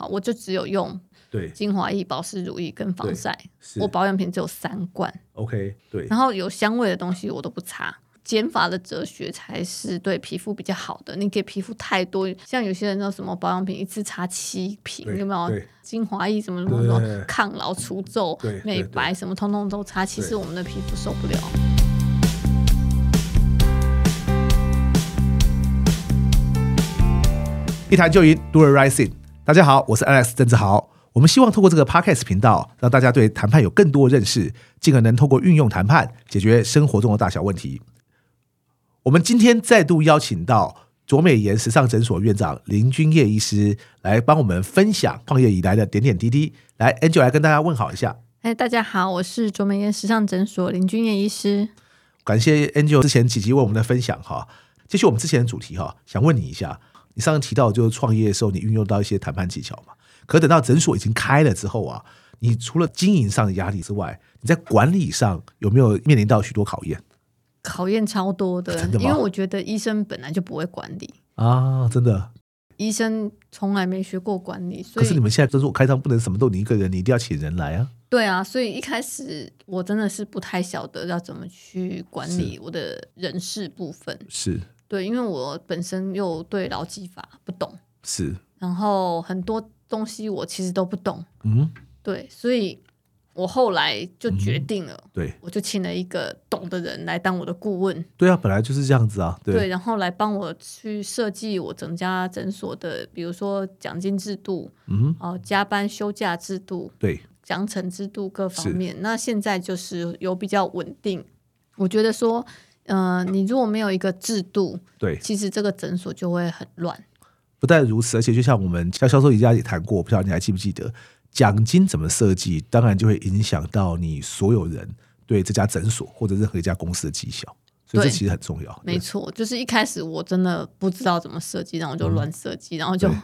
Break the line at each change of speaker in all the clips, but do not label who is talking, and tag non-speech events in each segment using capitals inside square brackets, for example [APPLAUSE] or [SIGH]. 啊，我就只有用
对
精华液、保湿乳液跟防
对
晒，
是
我保养品只有三罐，
OK 对
然后有香味的东西我都不擦。减法的哲学才是对皮肤比较好的。你给皮肤太多，像有些人那什么保养品一次擦七瓶，
对
有没有
对？
精华液什么什么什么
对，
抗老除皱
对对、
美
对
白什么，通通都擦。其实
对
我们的皮肤受不了。
一谈就赢，Do it right thing。大家好，我是 Alex 郑志豪。我们希望透过这个 podcast 频道，让大家对谈判有更多认识，进而能透过运用谈判解决生活中的大小问题。我们今天再度邀请到卓美妍时尚诊所院长林君业医师来帮我们分享创业以来的点点滴滴。来，Angel 来跟大家问好一下。
哎，大家好，我是卓美妍时尚诊所林君叶医师。
感谢 Angel 之前几集为我们的分享哈。继续我们之前的主题哈，想问你一下，你上次提到就是创业的时候，你运用到一些谈判技巧嘛？可等到诊所已经开了之后啊，你除了经营上的压力之外，你在管理上有没有面临到许多考验
考验超多的，
真的吗
因为我觉得医生本来就不会管理，
啊？真的？
医生从来没学过管理，所
可
以
是你们现在诊所开张不能什么都你一个人，你一定要请人来啊。
对啊，所以一开始我真的是不太晓得要怎么去管理我的人事部分，
是
对，因为我本身又对劳基法不懂，
是，
然后很多东西我其实都不懂，
嗯，
对，所以我后来就决定了，
对
我就请了一个懂的人来当我的顾问，
对啊，本来就是这样子啊。对
对，然后来帮我去设计我整家诊所的，比如说奖金制度，
嗯，
哦、加班休假制度、
对
奖惩制度各方
是
面。那现在就是有比较稳定，我觉得说，呃，你如果没有一个制度，
对，
其实这个诊所就会很乱。
不但如此，而且就像我们销销售一家也谈过，我不晓得你还记不记得，奖金怎么设计，当然就会影响到你所有人对这家诊所或者任何一家公司的绩效，所以
对
这其实很重要。
没
对
错，就是一开始我真的不知道怎么设计，然后我就乱设计，然后就
嗯对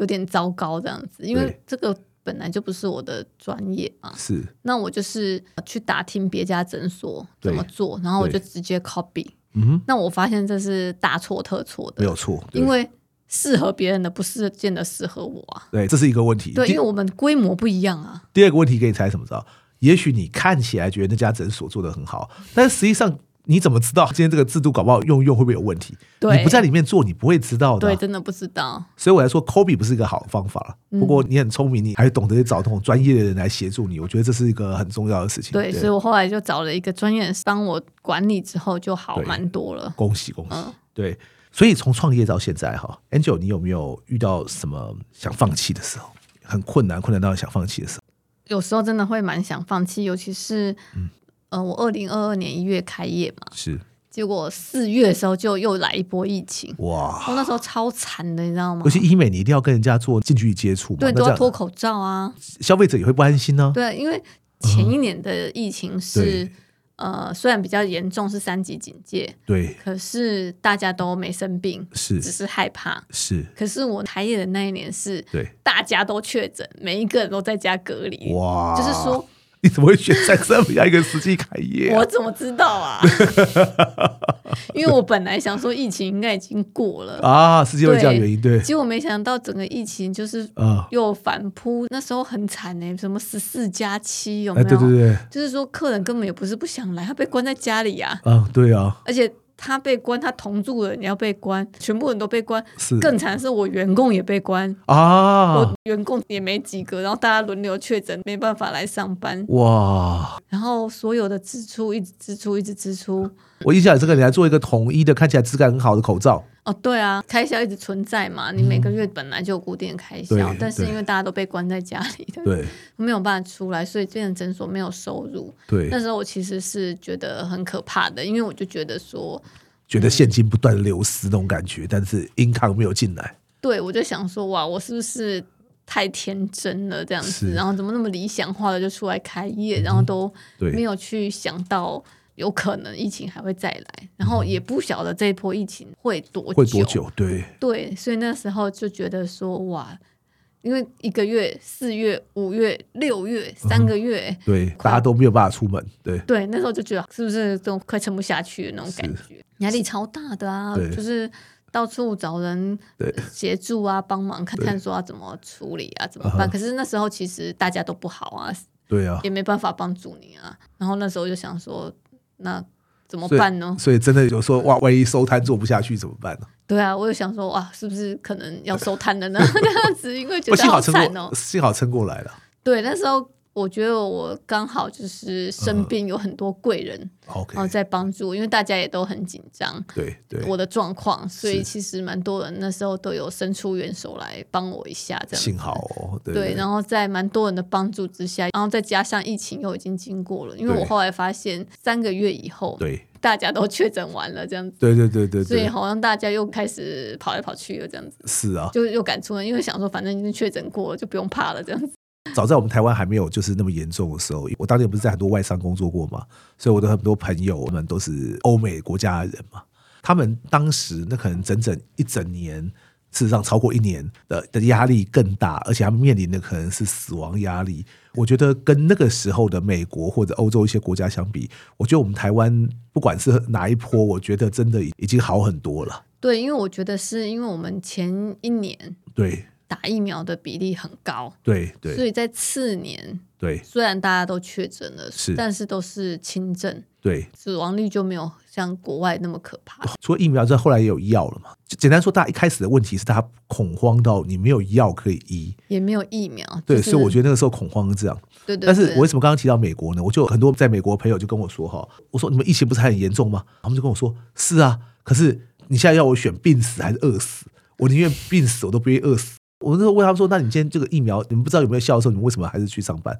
[LAUGHS] 有点糟糕这样子，因为
对
这个本来就不是我的专业嘛。
是
那我就是呃去打听别家诊所
对
怎么做，然后我就
对
直接 copy。
嗯哼，
那我发现这是大错特错的，
没有错，对
因为适合别人的不是见得适合我啊。
对，这是一个问题。
对，
第
因为我们规模不一样啊。
第二个问题给你猜怎么着？也许你看起来觉得那家诊所做的很好，但实际上你怎么知道今天这个制度搞不好用一用会不会有问题？
对
你不在里面做，你不会知道的啊、
对，真的不知道。
所以我来说，Kobe 不是一个好方法了。
嗯
不过你很聪明，你还懂得去找那种专业的人来协助你，我觉得这是一个很重要的事情。
对，所以我后来就找了一个专业人士帮我管理，之后就好
对
蛮多了。
恭喜恭喜。
嗯
对，所以从创业到现在哈，Angel，你有没有遇到什么想放弃的时候？很困难，困难到想放弃的时候。
有时候真的会蛮想放弃，尤其是，
嗯
呃，我二零二二年一月开业嘛，
是
结果四月的时候就又来一波疫情，
哇，
我那时候超惨的，你知道吗
尤？其医美，你一定要跟人家做近距离接触嘛，
对，
那
都
这
要脱
样
口罩啊。
消费者也会不安心呢、
对，啊因为前一年的疫情是、
嗯对
呃，虽然比较严重，是三级警戒，
对，
可是大家都没生病，
是
只是害怕。
是，
可是我开业的那一年是
对，
大家都确诊，每一个人都在家隔离，
哇，
就是说
你怎么会选在这么样一个时机开业啊、
我怎么知道
[LAUGHS]
啊？因为我本来想说疫情应该已经过了，
啊，是因为这样
对
的原因，对，
结果没想到整个疫情就是
啊，
又反扑，那时候很惨呢、什么十四加七有没
哎，
有？
对对对，
就是说客人根本也不是不想来，他被关在家里呀、
啊，对啊，
而且他被关，他同住的人也要被关，全部人都被关。
是
更惨的是我员工也被关，
啊
我，员工也没几个，然后大家轮流确诊，没办法来上班，
哇！
然后所有的支出一直支出一直支出。
我印象里这个你还做一个统一的，看起来质感很好的口罩，
哦，对啊，开销一直存在嘛，你每个月本来就有固定的开销，
嗯对
但是
对
因为大家都被关在家里，
对
[LAUGHS] 没有办法出来，所以这间诊所没有收入。那
对，
时候我其实是觉得很可怕的，因为我就觉得说，
觉得现金不断流失那种感觉，但是 income 没有进来，
对我就想说，哇，我是不是太天真了这样子？
是嗯
然后怎么那么理想化的就出来开业，然后都
对
没有去想到有可能疫情还会再来，然后也不晓得这一波疫情会多久。
嗯会多久？对，
对，所以那时候就觉得说，哇，因为一个月、四月、五月、六月
嗯
三个月。
对，大家都没有办法出门，对，
对，那时候就觉得是不是这种快撑不下去的那种感觉，压力超大的啊
对，
就是到处找人
对 [LAUGHS]
协助啊，帮忙看看说要怎么处理啊，怎么办？
啊哈
可是那时候其实大家都不好啊，
对啊，
也没办法帮助你啊。然后那时候就想说，那怎么
所以
办呢？
所以真的有时候哇，万一收摊做不下去怎么办呢？
对啊，我就想说，哇，是不是可能要收摊了呢？ [LAUGHS] 这样子，因为觉
不，
得
幸好
好
撑
惨哦、
过，幸好撑过来了。
对，那时候我觉得我刚好就是
嗯
身边有很多贵人，
OK，
然后在帮助我，因为大家也都很紧张
对对，
哦我的状况，所以
是
其实蛮多人那时候都有伸出援手来帮我一下，这样子
幸好哦，对
对，
对
然后在蛮多人的帮助之下，然后再加上疫情又已经经过了，因为
对
我后来发现三个月以后，
对
大家都 [LAUGHS] 确诊完了这样子，
对对对对
所以
对，
好像大家又开始跑来跑去了这样子，
是啊，
就又赶出门，因为想说反正已经确诊过了，就不用怕了这样子。
早在我们台湾还没有就是那么严重的时候，我当年不是在很多外商工作过嘛，所以我的很多朋友我们都是欧美国家的人嘛，他们当时那可能整整一整年，事实上超过一年的的压力更大，而且他们面临的可能是死亡压力。我觉得跟那个时候的美国或者欧洲一些国家相比，我觉得我们台湾不管是哪一波，我觉得真的已已经好很多了。
对，因为我觉得是因为我们前一年
对
打疫苗的比例很高，
对
所
对
以在次年
对
虽然大家都确诊了，
是
但是都是轻症，
对，
死亡率就没有像国外那么可怕。
除了疫苗之外，后来也有药了嘛。就简单说，大家一开始的问题是大家恐慌到你没有药可以医，
也没有疫苗，
对，
就是、
所以我觉得那个时候恐慌是这样。
对对，
但是
对
我为什么刚刚提到美国呢？我就有很多在美国的朋友就跟我说哈，我说你们疫情不是还很严重吗？他们就跟我说是啊，可是你现在要我选病死还是饿死，我宁愿病死，我都不愿意饿死。我那时候问他们说，那你今天这个疫苗你们不知道有没有效的时候，你们为什么还是去上班？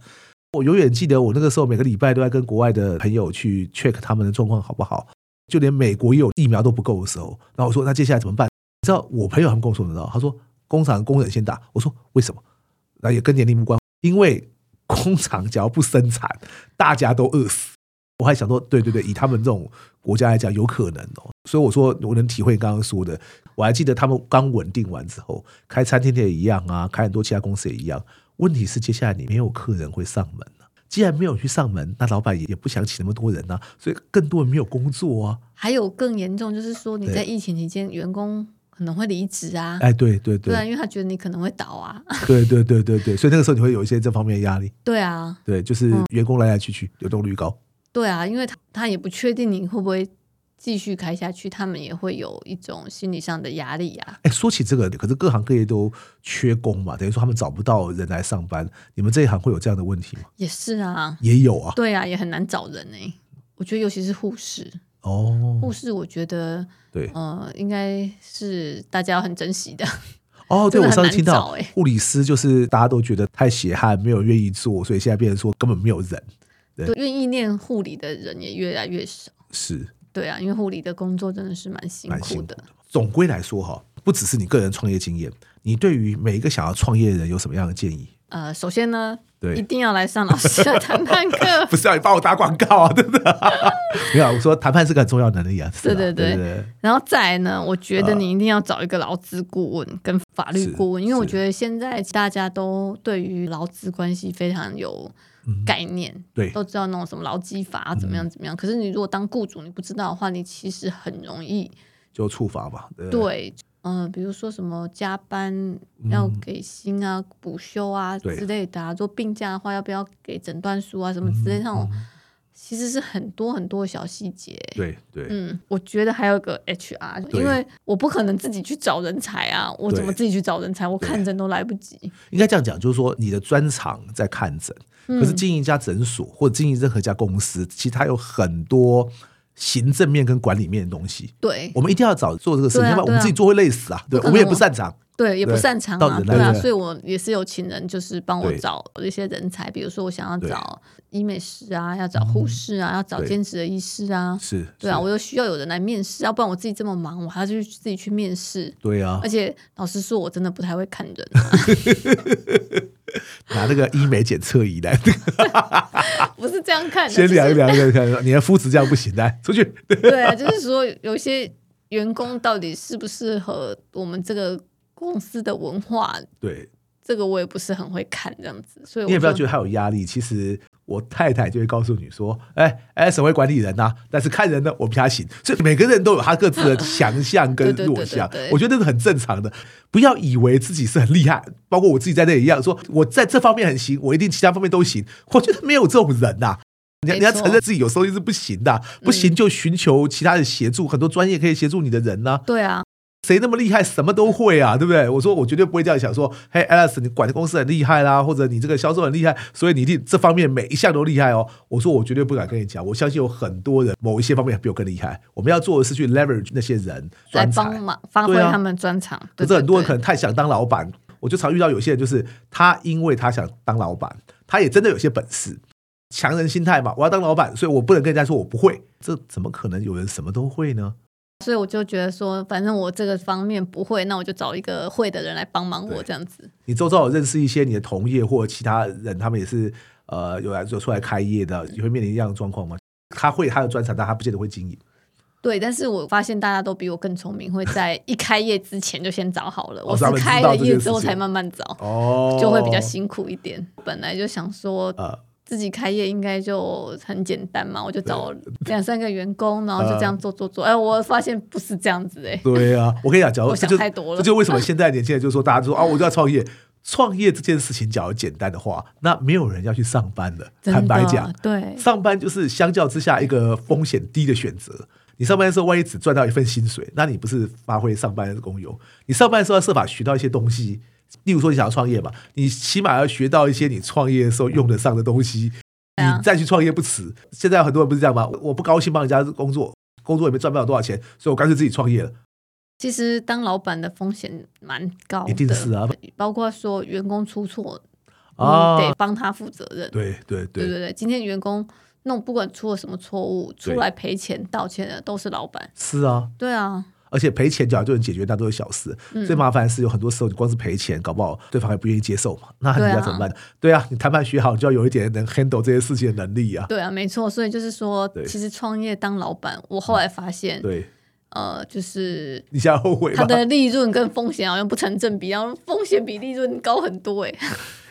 我永远记得我那个时候每个礼拜都在跟国外的朋友去 check 他们的状况好不好，就连美国也有疫苗都不够的时候，然后我说那接下来怎么办？你知道我朋友他们跟我说什么？他说工厂工人先打，我说为什么？那也跟年龄无关，因为工厂只要不生产，大家都饿死。我还想说，对对对，以他们这种国家来讲，有可能哦。所以我说，我能体会刚刚说的。我还记得他们刚稳定完之后，开餐厅的也一样啊，开很多其他公司也一样。问题是，接下来你没有客人会上门啊。既然没有去上门，那老板也也不想请那么多人啊，所以更多人没有工作啊。
还有更严重，就是说你
对
在疫情期间，员工可能会离职啊，
哎，对对
对啊，
对
因为他觉得你可能会倒啊， [LAUGHS]
对对对对对，所以那个时候你会有一些这方面的压力。
对啊，
对，就是员工来来去去，流动率高。
对啊，因为他他也不确定你会不会继续开下去，他们也会有一种心理上的压力啊。
哎，说起这个，可是各行各业都缺工嘛，等于说他们找不到人来上班。你们这一行会有这样的问题吗？
也是啊，
也有啊。
对啊，也很难找人呢、我觉得尤其是护士，
哦
护，士我觉得
对，
呃应该是大家要很珍惜的，
哦，对，
真的很
我上次
难
听到
找哎
护理师就是大家都觉得太血汗，没有愿意做，所以现在变成说根本没有人。
对，愿意念护理的人也越来越少。
是，
对啊，因为护理的工作真的是蛮辛
蛮辛
苦
苦
的。
总归来说哈，不只是你个人创业经验，你对于每一个想要创业的人有什么样的建议？
呃，首先呢，
对
一定要来上老师
[LAUGHS]
的谈判课。
不是要你帮我打广告啊，真的。
[LAUGHS]
没有，啊我说谈判是个很重要的能力啊。是啊
对对
对
对
对，
然后再来呢，我觉得你一定要找一个劳资顾问跟法律顾问，
啊是
因为我
是
觉得现在大家都对于劳资关系非常有概念，
嗯对嗯
都知道那种什么劳基法啊怎么样怎么样。可是你如果当雇主你不知道的话，你其实很容易
就处罚嘛。对不对嗯
对。嗯、比如说什么加班要给薪啊、补休啊
对嗯
之类的啊，做病假的话要不要给诊断书啊什么之类的那种，其实是很多很多的小细节。
对对，
嗯，我觉得还有一个 HR，
对
因为我不可能自己去找人才啊，我怎么
对
自己去找人才？我看人都来不及。
应该这样讲，就是说你的专长在看诊，
嗯
可是经营一家诊所或者经营任何一家公司，其实它有很多行政面跟管理面的东西。
对
我们一定要找做这个事情，
对啊
要不然我
对
们
啊
自己做会累死啊！
不
对，
可能
我们也不
我
擅长。
对，也不
对
擅长
到
啊，
底来
对啊，
不来
所以我也是有请人，就是帮我
对
找一些人才，比如说我想要
对嗯
找医美师啊，要找护士啊，要找
对
兼职的医师啊，
是，
对啊，
是
我又需要有人来面试，要不然我自己这么忙，我还要去自己去面试。
对
[LAUGHS]
啊
而，且老实说，我真的不太会看人， [LAUGHS]
拿那个医美检测仪
[LAUGHS]
来，
不是这样看的，
先
就是
量一量，量一量，你的肤质这样不行，来出去。
对啊，就是说有些员工到底适不适合我们这个公司的文化，
对，
这个我也不是很会看这样子，所以我
你也不要
就
觉得他有压力，其实我太太就会告诉你说：“哎哎，省会管理人呐、但是看人呢，我比他行。”所以每个人都有他
[LAUGHS]
各自的强项跟
对对对
弱
对
项
对，
我觉得那是很正常的。不要以为自己是很厉害，包括我自己在内一样，说我在这方面很行，我一定其他方面都行。我觉得没有这种人呐、啊你要你
没
要
错嗯
承认自己有时候是不行的啊、不行就寻求其他的协助，很多专业可以协助你的人呢、
对啊，
谁那么厉害，什么都会啊，对不对？我说我绝对不会这样想说，嘿，Alice，你管的公司很厉害啦，或者你这个销售很厉害，所以你一定这方面每一项都厉害哦。我说我绝对不敢跟你讲，我相信有很多人某一些方面比我更厉害。我们要做的是去 leverage 那些人
来
专
帮
才。
忙发挥
对啊
他们专长。
可
对
是很多人可
对
能太想当老板，我就常遇到有些人就是他因为他想当老板，他也真的有些本事，强人心态嘛，我要当老板，所以我不能跟人家说我不会，这怎么可能有人什么都会呢？
对所以我就觉得说，反正我这个方面不会，那我就找一个会的人来帮忙
对
我这样子。
你周遭有认识一些你的同业或其他人，他们也是呃有来有出来开业的，也会面临一样的状况吗？他会他的专长，但他不见得会经营。
对，但是我发现大家都比我更聪明，会在一开业之前就先找好了。我
是
是
哦他们知道
开了
这
业
件事
之后
情
才慢慢找，
哦
就会比较辛苦一点。本来就想说
呃，
自己开业应该就很简单嘛，我就找两三个员工，然后就这样做做做。哎，我发现不是这样子哎、
嗯对啊，我跟你讲，假
[LAUGHS]
如
我
这
想
就
太多了
这就为什么现在年轻人就说大
[LAUGHS]
家就说啊，我就要创业。创业这件事情，假如简单的话，那没有人要去上班的。
真
坦白
的
讲，，
对，
上班就是相较之下一个风险低的选择。你上班的时候，万一只赚到一份薪水，那你不是发挥上班的功用？你上班的时候要设法学到一些东西，例如说你想要创业嘛，你起码要学到一些你创业的时候用得上的东西，
对啊
你再去创业不迟。现在很多人不是这样吗？我我不高兴帮人家工作，工作也没赚不了多少钱，所以我干脆自己创业了。
其实当老板的风险蛮高的，
一定是啊，
包括说员工出错，
啊
你得帮他负责任。
对对
对
对，
对对，今天员工弄不管出了什么错误，出
对
来赔钱道歉的都是老板。
是啊，
对啊，
而且赔钱，假如就能解决，那都是小事。
嗯
最麻烦的是有很多时候，你光是赔钱，搞不好对方还不愿意接受嘛。那你
对啊
要怎么办？对啊，你谈判学好，你就要有
[LAUGHS]
一点能 handle 这些事情的能力啊。
对啊，没错。所以就是说
对，
其实创业当老板，我后来发现，
对，
呃，就是
你现在后悔
它
吗？
的利润跟风险好像不成正比，然后风险比利润高很多哎、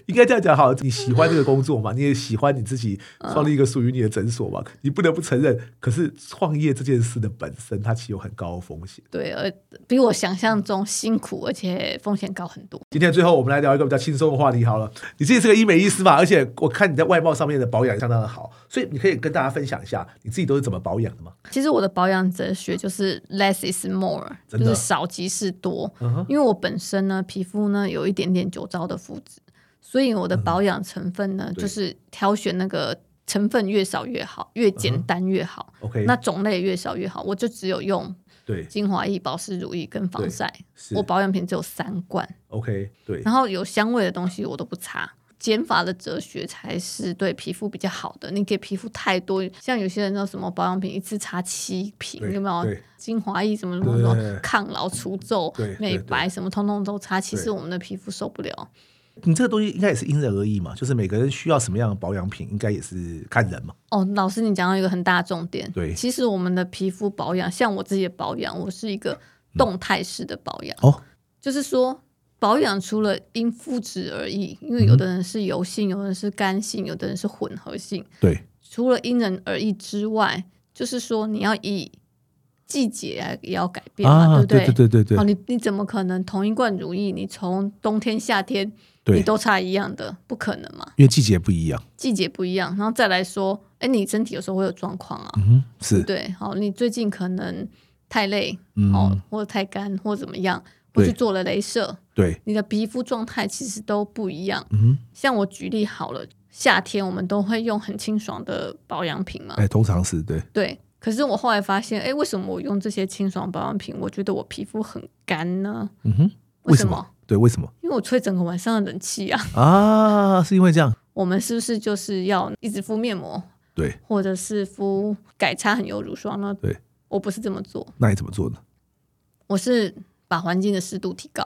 应该这样讲好，你喜欢这个工作嘛？你也喜欢你自己创立一个属于你的诊所嘛？你不得不承认，可是创业这件事的本身，它其实有很高的风
[LAUGHS]
险。
对，而比我想象中辛苦，而且风险高很多。
今天最后我们来聊一个比较轻松的话题好了。你自己是个医美医师嘛，而且我看你在外貌上面的保养相当的好，所以你可以跟大家分享一下你自己都是怎么保养的吗？
其实我的保养哲学就是 less is more，
真
就
的
是少即是多。
嗯哼，
因为我本身呢，皮肤呢有一点点酒糟的肤质，所以我的保养成分呢，
嗯对
就是挑选那个成分越少越好，越简单越好，
OK，
那种类越少越好。我就只有用
对
精华液、保湿乳液跟防晒，
是
我保养品只有三罐，
OK，对，
然后有香味的东西我都不擦。减法的哲学才是对皮肤比较好的。你给皮肤太多，像有些人那什么保养品一次擦七瓶，
对
有没有
对？
精华液什么什么
对
什
对对
么抗老除皱
对对、
美白什么，通通都擦。其实
对
我们的皮肤受不了。
你这个东西应该也是因人而异嘛，就是每个人需要什么样的保养品，应该也是看人嘛。
哦，老师，你讲到一个很大的重点。
对
其实我们的皮肤保养，像我自己的保养，我是一个
嗯
动态式的保养。
哦，
就是说保养除了因肤质而异，因为有
嗯
的人是油性，有的人是干性，有的人是混合性。
对，
除了因人而异之外，就是说你要以季节来也要改变嘛，
啊，
不对？
对对对
哦，你你怎么可能同一罐乳液，你从冬天夏天
对
你，都擦一样的？不可能嘛，
因为季节不一样，
季节不一样。然后再来说，哎，你身体有时候会有状况啊，
嗯哼，是，
对，好，你最近可能太累，
嗯
哦，或者太干，或者怎么样，或
对
去做了镭射，
对，
你的皮肤状态其实都不一样。
嗯
像我举例好了，夏天我们都会用很清爽的保养品嘛
哼，，哎，通常是对，
对。可是我后来发现，哎，为什么我用这些清爽保养品，我觉得我皮肤很干呢？
嗯哼，
为
什
什么
么？对，为什么
因为我吹整个晚上的冷气啊。 [LAUGHS]
啊？是因为这样？
我们是不是就是要一直敷面膜，
对，
或者是敷改擦很油乳霜呢？
对，
我不是这么做，
那你怎么做呢？
我是把环境的湿度提高。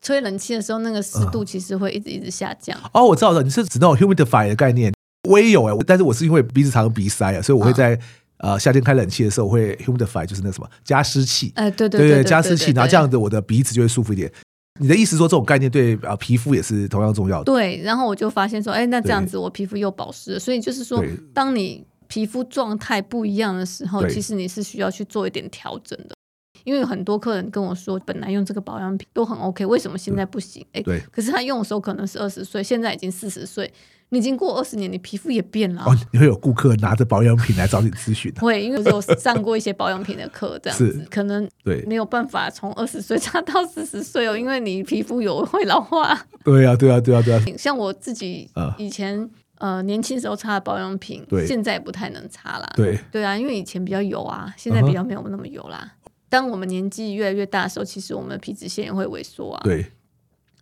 吹冷气的时候，那个湿
嗯
度其实会一直一直下降。
哦，我知道了，你是指那种 humidify 的概念，我也有哎、我但是我是因为鼻子常有鼻塞啊，所以我会在、呃夏天开冷气的时候我会 humidify，就是那什么加湿器，
哎、对对
对
对，
加湿器，然后这
对
样子我的鼻子就会舒服一点。你的意思说，这种概念对啊皮肤也是同样重要的。
对，然后我就发现说，哎，那这样
对
子我皮肤又保湿了。所以就是说
对，
当你皮肤状态不一样的时候，
对
其实你是需要去做一点调整的。因为有很多客人跟我说，本来用这个保养品都很 OK，为什么现在不行？哎，
嗯对
可是他用的时候可能是二十岁，现在已经四十岁，你已经过二十年，你皮肤也变了啊。
哦，你会有顾客拿着保养品来找你咨询
[LAUGHS]
啊的。
会，因为我有上过一些保养品的课，这样
是
子可能
对
没有办法从二十岁 [LAUGHS] 差到四十岁哦，因为你皮肤有会老化。
对啊，对啊，对啊，对啊，
像我自己
啊
以前、呃年轻时候擦的保养品
对，
现在也不太能擦啦。
对
啊，因为以前比较油啊，现在
嗯哼
比较没有那么油啦。当我们年纪越来越大的时候，其实我们的皮脂腺也会萎缩啊。
对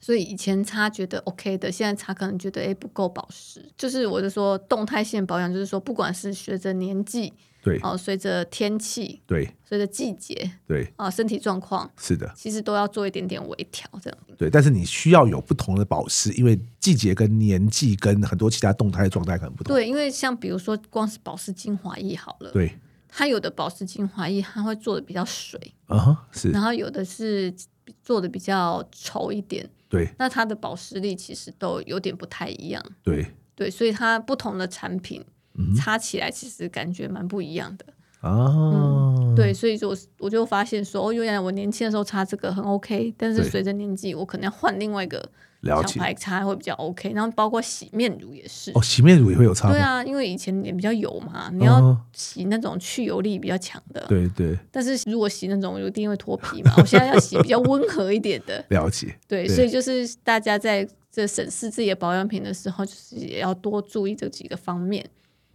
所以以前擦觉得 OK 的，现在擦可能觉得诶不够保湿。就是我就说动态性保养，就是说不管是随着年纪
对
哦，随着天气，
对
随着季节
对，
啊、身体状况，
是的，
其实都要做一点点微调，这样
对。但是你需要有不同的保湿，因为季节跟年纪跟很多其他动态状态可能不同。
对，因为像比如说光是保湿精华液好了，
对，
它有的保湿精华液它会做的比较水，
啊哈，是
然后有的是做的比较稠一点，
对
那它的保湿力其实都有点不太一样，
对
对，所以它不同的产品
嗯
擦起来其实感觉蛮不一样的，
啊，
嗯对，所以就我就发现说，哦，原来我年轻的时候擦这个很 OK，但是
对
随着年纪，我可能要换另外一个
了
厂
解。
牌擦会比较 OK，然后包括洗面乳也是。
哦，洗面乳也会有差
对
吗？
啊，因为以前脸比较油嘛，你
嗯
要洗那种去油力比较强的。
对对，。
但是如果洗那种，我一定会脱皮嘛。我现在要洗比较温和一点的
了解。
对，
对
所以就是大家在这审视自己的保养品的时候，就是也要多注意这几个方面。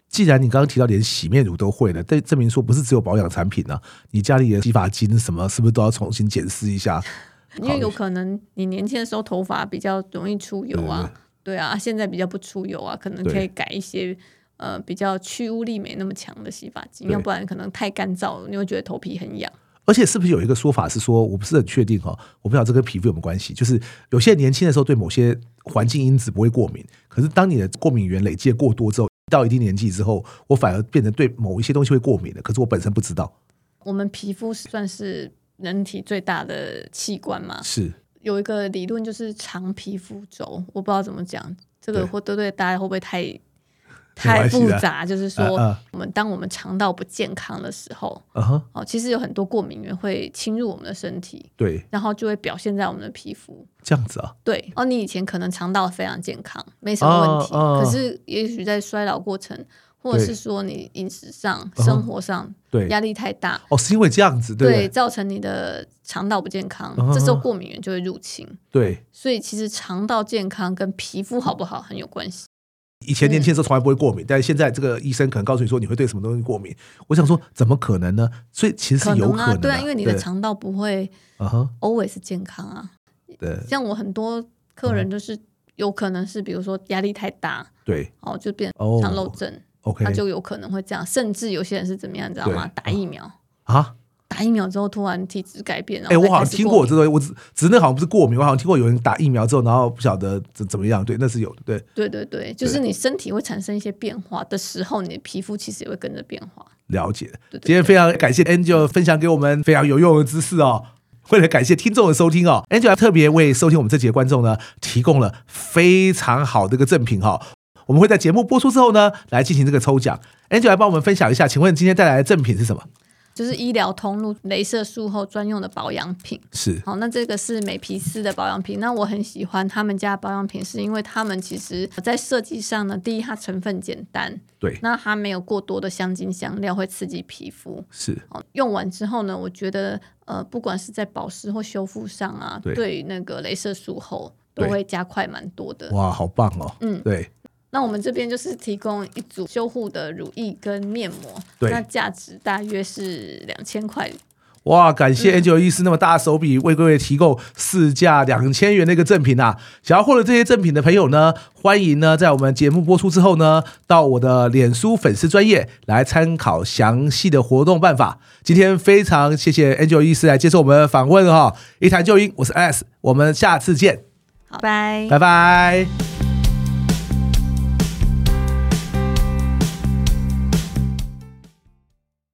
既然你刚刚提到连洗面乳都会了，但证明说不是只有保养产品啊，你家里的洗发精什么是不是都要重新检视一下？
因为有可能你年轻的时候头发比较容易出油啊，对啊，现在比较不出油啊，可能
对
可以改一些呃比较去污力没那么强的洗发精，
对
要不然可能太干燥，你会觉得头皮很痒。
而且是不是有一个说法是说，我不是很确定哈、哦我不晓得这跟皮肤有没有关系。就是有些人年轻的时候对某些环境因子不会过敏，可是当你的过敏源累积得过多之后，到一定年纪之后，我反而变得对某一些东西会过敏了。可是我本身不知道，
我们皮肤算是人体最大的器官嘛，
是
有一个理论就是长皮肤轴，我不知道怎么讲，这个
对
会对对大家会不会太
[LAUGHS] 没
太
关系
复
的
杂？就是
啊
说
啊，
我们当我们肠道不健康的时候，
啊哈，
哦，其实有很多过敏源会侵入我们的身体，
对，
然后就会表现在我们的皮肤。
这样子啊，
对，哦，你以前可能肠道非常健康，没什么问题，
哦哦
可是也许在衰老过程，或者
对
是说你饮食上、
嗯哼
生活上
对
压力太大，
哦，是因为这样子，对
对，
不
造成你的肠道不健康，
嗯
这时候过敏源就会入侵。
对对，
所以其实肠道健康跟皮肤好不好很有关系。
以前年轻的时候从来不会过
嗯
敏，但是现在这个医生可能告诉你说你会对什么东西过敏，我想说怎么可能呢？所以其实是有可
啊，
能
对啊，因为你的
对
肠道不会
啊哈，
always 健康啊。[LAUGHS]
对嗯
像我很多客人就是有可能是比如说压力太大
对
哦，就变
哦
肠漏症，
，OK
他就有可能会这样。甚至有些人是怎么样，你知道吗？
对
打疫苗。
啊。
打疫苗之后突然体质改变，然
哎、
后
我
再
好像
开始
听过
过
这
敏
东西，我只只是那好像不是过敏，我好像听过有人打疫苗之后，然后不晓得怎怎么样，对，那是有的，对，
对对对，就是你身体会产生一些变化的时候，你的皮肤其实也会跟着变化。
了解。
对对
今天非常感谢 Angel 分享给我们非常有用的知识哦。 [LAUGHS] 为了感谢听众的收听哦，Angel 还特别为收听我们这集的观众呢，提供了非常好的一个赠品哈、哦。我们会在节目播出之后呢，来进行这个抽奖。Angel 来帮我们分享一下，请问今天带来的赠品是什么？
就是医疗通路镭射术后专用的保养品。
是
好，那这个是美皮斯的保养品。那我很喜欢他们家的保养品，是因为他们其实在设计上呢，第一它成分简单，
对，
那它没有过多的香精香料会刺激皮肤。
是
好，用完之后呢，我觉得呃，不管是在保湿或修复上啊，
对
对于那个镭射术后都
对
会加快蛮多的。
哇，好棒哦。
嗯
对，
那我们这边就是提供一组修护的乳液跟面膜，
对
那价值大约是两千块
哇，感谢 Angel 医师那么大手笔为各位提供市价两千元的一个赠品啊！想要获得这些赠品的朋友呢，欢迎呢在我们节目播出之后呢，到我的脸书粉丝专业来参考详细的活动办法。今天非常谢谢 Angel 医师来接受我们的访问哈、一谈就赢，我是 S，我们下次见，
好，拜。
拜拜。